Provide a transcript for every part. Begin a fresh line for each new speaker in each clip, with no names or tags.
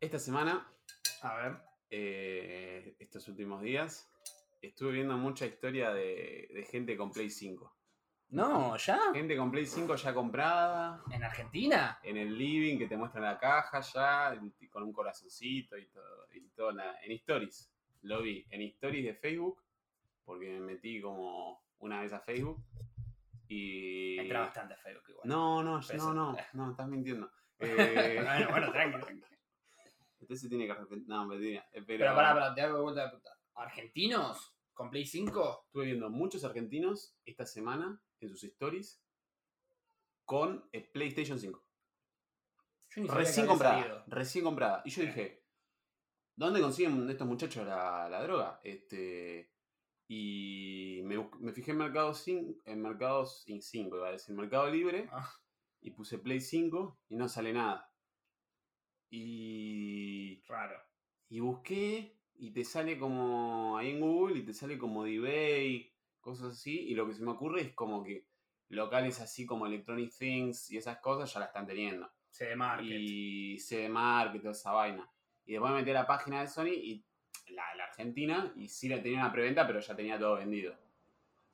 Esta semana,
A ver.
eh, estos últimos días, estuve viendo mucha historia de, de gente con Play 5.
No, ¿ya?
Gente con Play 5 ya comprada,
¿En Argentina?
en el living que te muestran la caja ya, en- con un corazoncito y todo, y todo en la- en stories. Lo vi en stories de Facebook, porque me metí como una vez a Facebook. Y.
Entra bastante feo, que igual.
No, no,
Pero
no,
eso-
no, no, estás mintiendo. Eh,
bueno, bueno, tranqui, tranqui.
usted se tiene que arrepentir. No, mentira. Eh, Pero,
Pero pará, pará, te hago de vuelta de puta. ¿Argentinos? ¿Con Play 5?
Estuve viendo muchos argentinos esta semana en sus stories con el PlayStation 5.
Yo ni sabía que
Recién
había
comprada.
salido.
Recién comprada. Y yo
Sí.
dije, ¿dónde consiguen estos muchachos la, la droga? Este, y me, bus- me fijé en Mercado 5, en Mercados 5, iba a decir, Mercado Libre,
Ah.
y puse Play 5 y no sale nada. Y
Raro.
y busqué y te sale como ahí en Google y te sale como de eBay, cosas así. Y lo que se me ocurre es como que locales así como Electronic Things y esas cosas ya la están teniendo.
CD Market.
Y CD Market, toda esa vaina. Y después me metí a la página de Sony y la, la Argentina y sí la tenía una preventa, pero ya tenía todo vendido.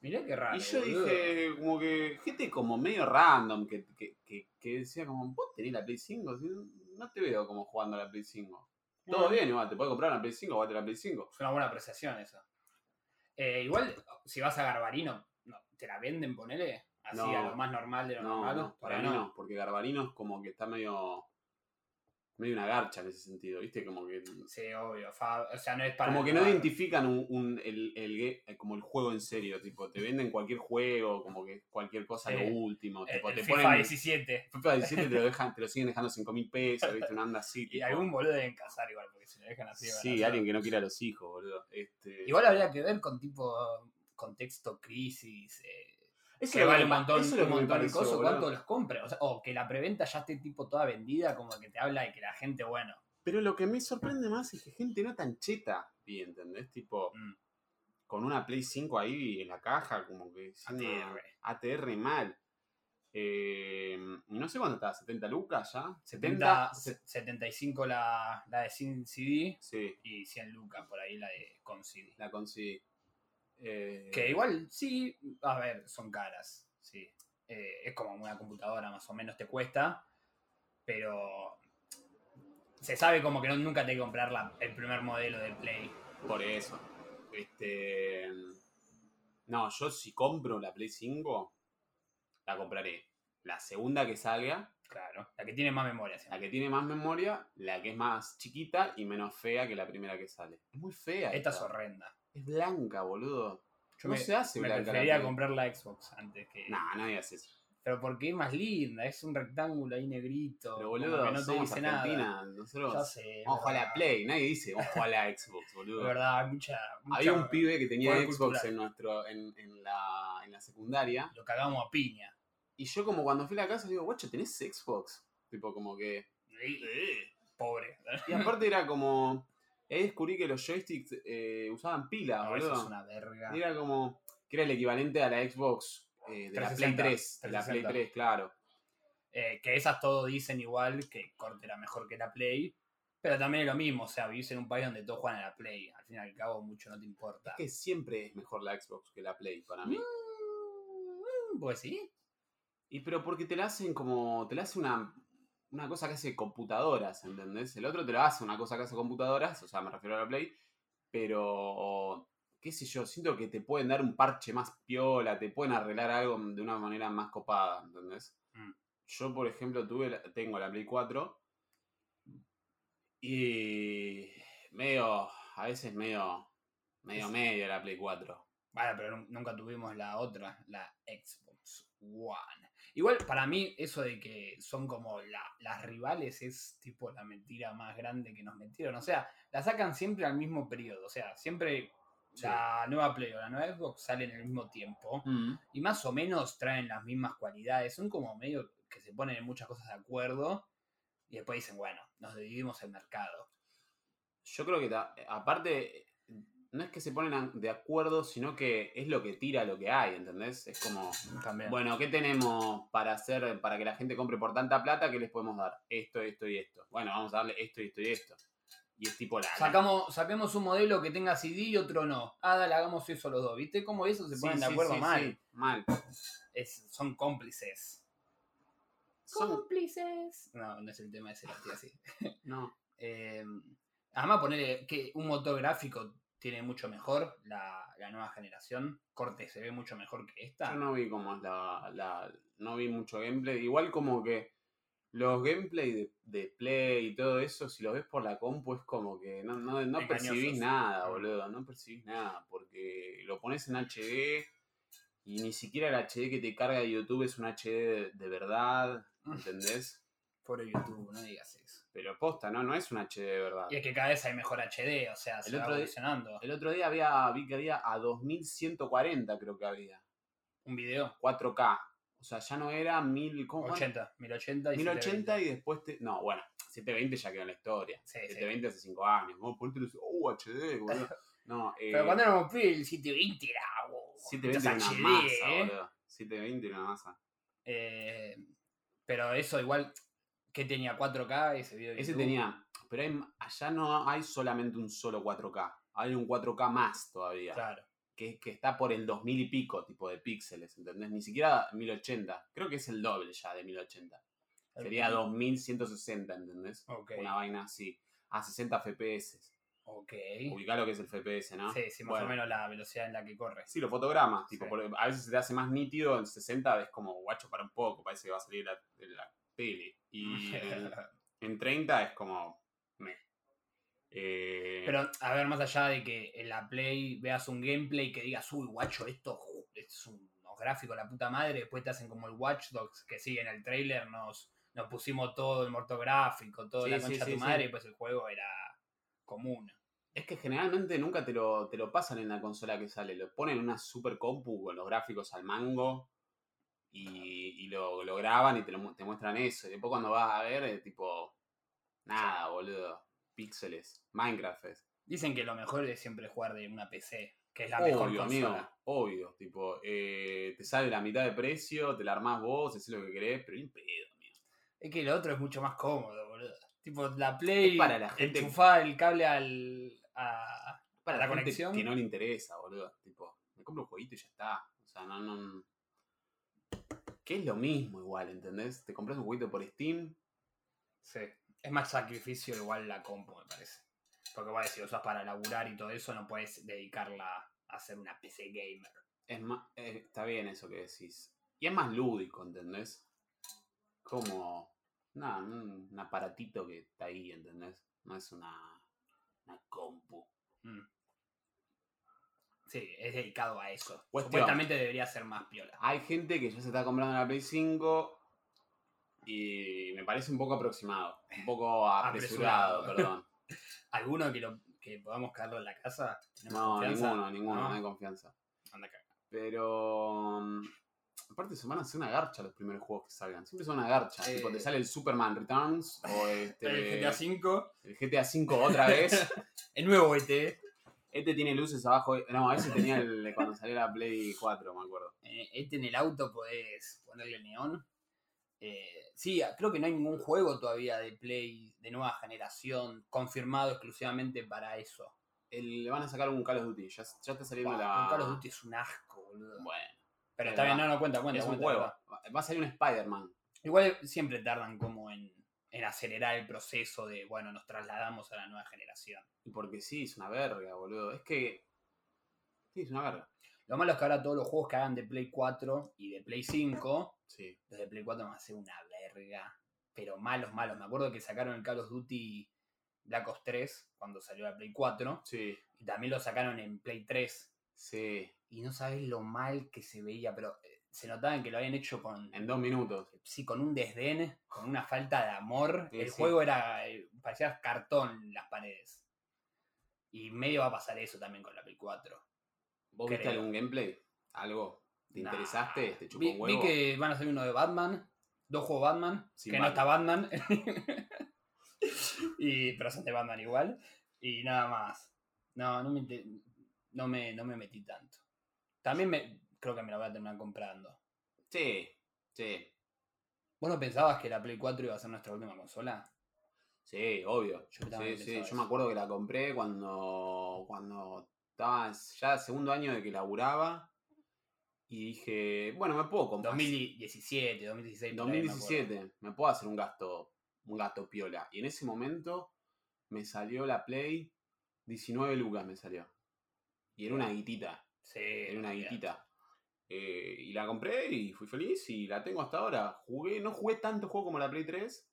Mirá qué raro.
y yo
boludo.
dije, como que gente como medio random que, que, que, que decía como, vos tenés la Play 5, Si no- no te veo como jugando a la Play 5. Todo
Bueno,
bien, igual, te puedes comprar una Play 5, guardate la Play 5.
Es una buena apreciación eso. Eh, igual, si vas a Garbarino, no, ¿te la venden, ponele? Así
No.
a lo más normal de lo
No,
normal.
no, para
Pero
mí no, porque Garbarino es como que está medio. medio una garcha en ese sentido, ¿viste? Como que.
Sí, obvio. fa- O sea, no es para.
como que no
jugar.
identifican un, un- el, el gue- eh, como el juego en serio, tipo, te venden cualquier juego, como que cualquier cosa
Sí.
lo último,
El,
tipo,
el
te
Eh, FIFA
ponen.
17.
FIFA 17 te lo, dejan, te lo siguen dejando 5 mil pesos, ¿viste? Una onda así.
Y
tipo.
algún boludo deben cazar igual, porque si lo dejan así.
Sí,
van a hacer-
alguien que no quiera a los hijos, boludo. Este,
Igual habría que ver con tipo contexto crisis, eh,
eso
que
es lo
vale un
me-
montón,
eso es lo
un
que me
montón de
pareció,
cosas,
boludo.
cuánto los compra, o, sea, o que la preventa ya esté tipo toda vendida, como que te habla de que la gente, bueno,
Pero lo que me sorprende más es que gente no tan cheta, vi, ¿entendés? Tipo,
Mm.
con una Play 5 ahí en la caja, como que... es una-
ATR.
ATR mal. Eh, no sé cuánto está, 70 lucas ya.
70,
se-
75 la, la de sin CD
sí,
y 100 lucas por ahí la de con CD.
la conseguí. Eh,
Que igual, sí, a ver, son caras, sí. Eh, es como una computadora más o menos te cuesta, pero se sabe como que no, nunca te hay que comprar la- el primer modelo de Play.
Por eso. Este. No, yo si compro la Play 5, la compraré. La segunda que salga,
Claro, la que tiene más memoria. siempre.
la que tiene más memoria, la que es más chiquita y menos fea que la primera que sale. Es muy fea.
Esta es horrenda.
Es blanca, boludo.
Yo
no
me,
se hace
me
blanca. la
preferiría
Play.
comprar la Xbox antes que.
Nah, no digas eso.
Pero porque es más linda, es un rectángulo ahí negrito.
Pero
como
boludo,
que no te
somos
dice nada.
Argentina. Nosotros.
Ya sé.
Vamos a jugar a la
verdad.
Play. Nadie dice vamos a jugar a la Xbox,
Es
boludo.
verdad, hay mucha,
Había
mucha-
un pibe que tenía
juego
Xbox
cultural.
en, nuestro, en, en la, en la secundaria.
Lo cagamos a piña.
Y yo como cuando fui a la casa digo, guacho, ¿tenés Xbox? Tipo como que...
Eh, Pobre.
Y aparte era como... y Ahí descubrí que los joysticks eh, usaban pilas,
No, eso es
boludo.
una verga.
Y Era como... Que era el equivalente a la Xbox eh, de la Play
360,
3. De la Play
360.
3, claro.
Eh, que esas todo dicen igual que corte era mejor que la Play. Pero también es lo mismo, o sea, vivís en un país donde todos juegan a la Play. Al fin y al cabo, mucho no te importa.
Que siempre es mejor la Xbox que la Play para mí.
Mm, Pues sí.
Y pero porque te la hacen como. Te la hace una, una cosa que hace computadoras, ¿entendés? El otro te la hace una cosa que hace computadoras, o sea, me refiero a la Play, pero. qué sé yo, siento que te pueden dar un parche más piola, te pueden arreglar algo de una manera más copada, ¿entendés?
Mm.
Yo, por ejemplo, tuve, la- tengo la Play 4 y. medio. a veces medio. medio
Es-
medio la Play 4.
Bueno, pero nun- nunca tuvimos la otra, la Xbox One. Igual, para mí, eso de que son como la- las rivales es tipo la mentira más grande que nos metieron. O sea, la sacan siempre al mismo periodo. O sea, siempre
Sí.
la nueva Play o la nueva Xbox salen al mismo tiempo. Y más o menos traen las mismas cualidades. Son como medio que se ponen en muchas cosas de acuerdo. Y después dicen, bueno, nos dividimos el mercado.
Yo creo que ta- eh, aparte no es que se ponen a- de acuerdo, sino que es lo que tira lo que hay, ¿entendés? Es como,
También.
bueno, ¿qué tenemos para hacer, para que la gente compre por tanta plata? ¿Qué les podemos dar? Esto, esto y esto. Bueno, vamos a darle esto y esto y esto. Y es tipo la...
Sacamos, saquemos un modelo que tenga CD y otro no. Ah, dale, hagamos eso los dos. ¿Viste cómo eso se
Sí,
ponen de
sí,
acuerdo
sí,
mal?
sí, mal.
Es- son cómplices.
Son-
Cómplices. No, no es el tema ese, la tía, sí.
no.
Eh, además, poner que un motor gráfico tiene mucho mejor la, la nueva generación. Corte se ve mucho mejor que esta.
Yo no vi cómo es la, la- No vi mucho gameplay. Igual como que los gameplay de, de Play y todo eso, si lo ves por la compu, es como que no, no, no
Engañosos.
percibís nada,
Mm.
boludo. No percibís nada. Porque lo pones en HD y ni siquiera el HD que te carga de YouTube es un HD de, de verdad.
Mm.
¿Entendés?
Pobre YouTube, no digas eso.
Pero posta, ¿no? No es un HD de verdad.
Y es que cada vez hay mejor HD, o sea, se
El
va
otro día-
evolucionando.
El otro día había, vi que había a 2140, creo que había.
Un video,
4K. O sea, ya no era 1000. ¿cómo cuánto?
80, 1080 y
1080 y después te... No, bueno, 720 ya quedó en la historia.
720. Sí, sí.
720 hace 5 años. Vos ponte los... ¡Oh, HD, boludo! No, eh,
Pero cuando éramos pibes, el 720 era... wow,
720 era
muchas
una
HD,
masa,
¿eh?
boludo. 720 era una masa.
Eh, pero eso igual, que tenía 4K ese video de
Ese
YouTube?
tenía... Pero hay- allá no hay solamente un solo 4K. Hay un 4K más todavía.
Claro.
Que, que está por el 2000 y pico, tipo de píxeles, ¿entendés? Ni siquiera 1080. Creo que es el doble ya de 1080. Sería 2160, ¿entendés?
Ok,
Una vaina así. A 60 FPS.
ok.
Ubicá lo que es el FPS, ¿no?
Sí, sí, más
Bueno.
o menos la velocidad en la que corre.
Sí, los fotogramas. Tipo,
Sí.
porque a veces se te hace más nítido en 60, es como, guacho, para un poco, parece que va a salir la, la tele. Y en, en 30 es como. meh. Eh,
Pero, a ver, más allá de que en la Play veas un gameplay que digas, uy, guacho, esto, ju- esto es unos gráficos, la puta madre, después te hacen como el Watch Dogs, que sí, en el trailer nos, nos pusimos todo el mortográfico, todo
Sí,
la
sí,
concha de
sí,
tu
sí.
madre, y pues el juego era común.
es que generalmente nunca te lo, te lo pasan en la consola que sale. Lo ponen en una super compu con los gráficos al mango. Y, y lo, lo graban y te, lo mu- te muestran eso. Y después cuando vas a ver, es tipo. Nada, boludo. Píxeles. Minecraft es.
Dicen que lo mejor es siempre jugar de una PC, que es la mejor
Obvio,
consola.
amigo, obvio. Tipo, eh, te sale la mitad de precio, te la armás vos, haces lo que querés, pero ni en pedo, amigo.
Es que lo otro es mucho más cómodo, boludo. Tipo, la Play,
Es para la gente-
enchufá el cable al... a-
Para
¿La
la gente
conexión?
que no le interesa, boludo. Tipo, me compro un jueguito y ya está. O sea, no, no. Que es lo mismo igual, ¿entendés? Te compras un jueguito por Steam.
Sí. Es más sacrificio igual la compu, me parece. Porque vos si usas para laburar y todo eso, no puedes dedicarla a ser una PC gamer.
Es más, eh, está bien eso que decís. Y es más lúdico, ¿entendés? Como. Nada, un, un aparatito que está ahí, ¿entendés? No es una. Una compu.
Sí, es dedicado a eso.
Cuestión.
Supuestamente debería ser más piola.
Hay gente que ya se está comprando la Play 5 y me parece un poco aproximado, un poco apresurado,
Apresurado.
perdón.
¿Alguno que, lo, que podamos caerlo en la casa? ¿Tenemos
No,
confianza?
ninguno, ninguno,
No.
no hay confianza.
Anda a cagar.
Pero mm, aparte se van a hacer una garcha los primeros juegos que salgan. Siempre son una garcha.
Eh.
Tipo, te sale el Superman Returns o este,
El GTA V,
el GTA 5 otra vez.
el nuevo ET. Eh,
Este tiene luces abajo. No, ese tenía el de cuando salió la Play 4, me acuerdo.
este en el auto podés ponerle neón. Eh, sí, creo que no hay ningún juego todavía de Play de nueva generación confirmado exclusivamente para eso.
El- le van a sacar un Call of Duty. Ya, ya está saliendo
Buah,
la.
con Call of Duty es un asco, boludo.
Bueno,
Pero
es
está bien, no,
verdad.
no cuenta, cuenta.
es un
cuenta,
juego.
verdad.
Va va a salir un Spider-Man.
Igual siempre tardan como en, en acelerar el proceso de, bueno, nos trasladamos a la nueva generación.
Y porque sí, es una verga, boludo. Es que. Sí, es una verga.
Lo malo es que ahora todos los juegos que hagan de Play 4 y de Play 5,
Sí.
los de Play 4 van a ser una verga. Pero malos, malos. Me acuerdo que sacaron el Call of Duty Black Ops 3 cuando salió la Play 4.
Sí.
Y también lo sacaron en Play 3.
Sí.
Y no sabes lo mal que se veía, pero eh, se notaban que lo habían hecho con
En dos minutos.
sí, con un desdén, con una falta de amor.
Sí,
el
sí.
juego era, eh, parecía cartón las paredes. Y medio va a pasar eso también con la Play 4.
¿Vos viste
Creo.
algún gameplay? ¿Algo. ¿Te
Nah.
interesaste? ¿Te chupó
Vi,
un
vi
huevo?
que van a salir uno de Batman, dos juegos Batman,
Sin
que no está Batman. y, pero son de Batman igual. Y nada más. No, no me inte- no me, no me metí tanto. También me, creo que me la voy a terminar comprando.
Sí, sí,
¿Vos no pensabas que la Play 4 iba a ser nuestra última consola?
sí, obvio.
Yo
Sí,
también
sí,
pensaba
yo me
eso.
acuerdo que la compré cuando, cuando estaba ya segundo año de que laburaba y dije, bueno, me puedo comprar.
2017, 2016. por ahí, me acuerdo.
2017, me puedo hacer un gasto, un gasto piola. Y en ese momento me salió la Play, 19 lucas me salió. Y era una guitita,
Sí.
era una
olvidate.
guitita. Eh, y la compré y fui feliz y la tengo hasta ahora. Jugué, no jugué tanto juego como la Play 3.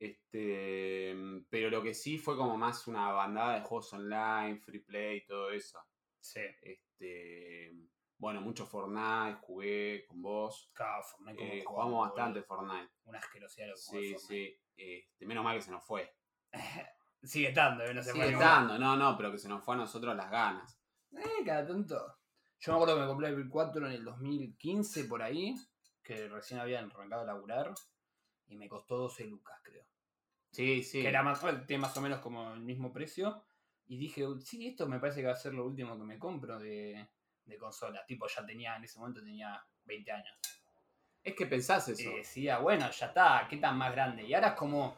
Este, pero lo que sí fue como más una bandada de juegos online, free play y todo eso.
Sí.
Este, bueno, mucho Fortnite, jugué con vos.
Claro, Fortnite como
Eh,
jugamos,
jugamos bastante
boludo.
Fortnite.
Una asquerosidad lo que jugó
Sí,
Fortnite.
sí. Este, menos mal que se nos fue.
Sigue estando, eh, no se
Sigue
puede
estando, no, no, pero que se nos fue a nosotros las ganas.
Eh, cada tanto. Yo me acuerdo que me compré el Play 4 en el 2015 por ahí, que recién habían arrancado a laburar, y me costó 12 lucas, creo.
Sí, sí.
Que era más, eh, tiene más o menos como el mismo precio. Y dije, sí, esto me parece que va a ser lo último que me compro de, de consola. Tipo, ya tenía, en ese momento tenía 20 años.
Es que pensás
Y
eso.
eh, decía, bueno, ya está, ¿qué tan más grande? Y ahora es como,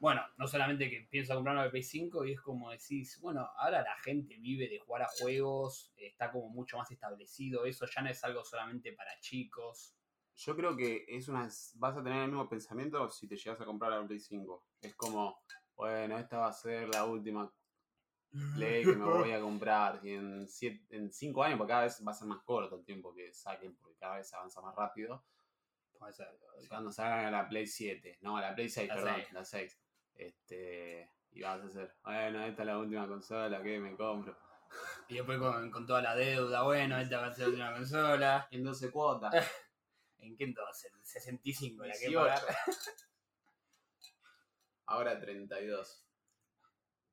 bueno, no solamente que pienso comprarme el PS5 y es como decís, bueno, ahora la gente vive de jugar a juegos, está como mucho más establecido eso, ya no es algo solamente para chicos.
Yo creo que es una. vas a tener el mismo pensamiento si te llegas a comprar la Play 5. Es como, bueno, esta va a ser la última Play que me voy a comprar. Y en 5 en cinco años, porque cada vez va a ser más corto el tiempo que saquen, porque cada vez avanza más rápido.
Puede ser, sí.
Cuando salgan la Play 7, no, la Play 6,
La
perdón,
seis.
la 6. Este, y vas a hacer, bueno, esta es la última consola que me compro.
Y después con, con toda la deuda, bueno, esta va a ser la última consola.
En 12 cuotas.
¿En qué entonces? 65 Eh, la que
18.
pagar.
Ahora 32.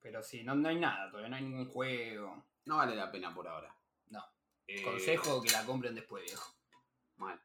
Pero sí, no, no hay nada, todavía no hay ningún juego.
No vale la pena por ahora.
No.
Eh,
Consejo que la compren después, viejo.
Mal.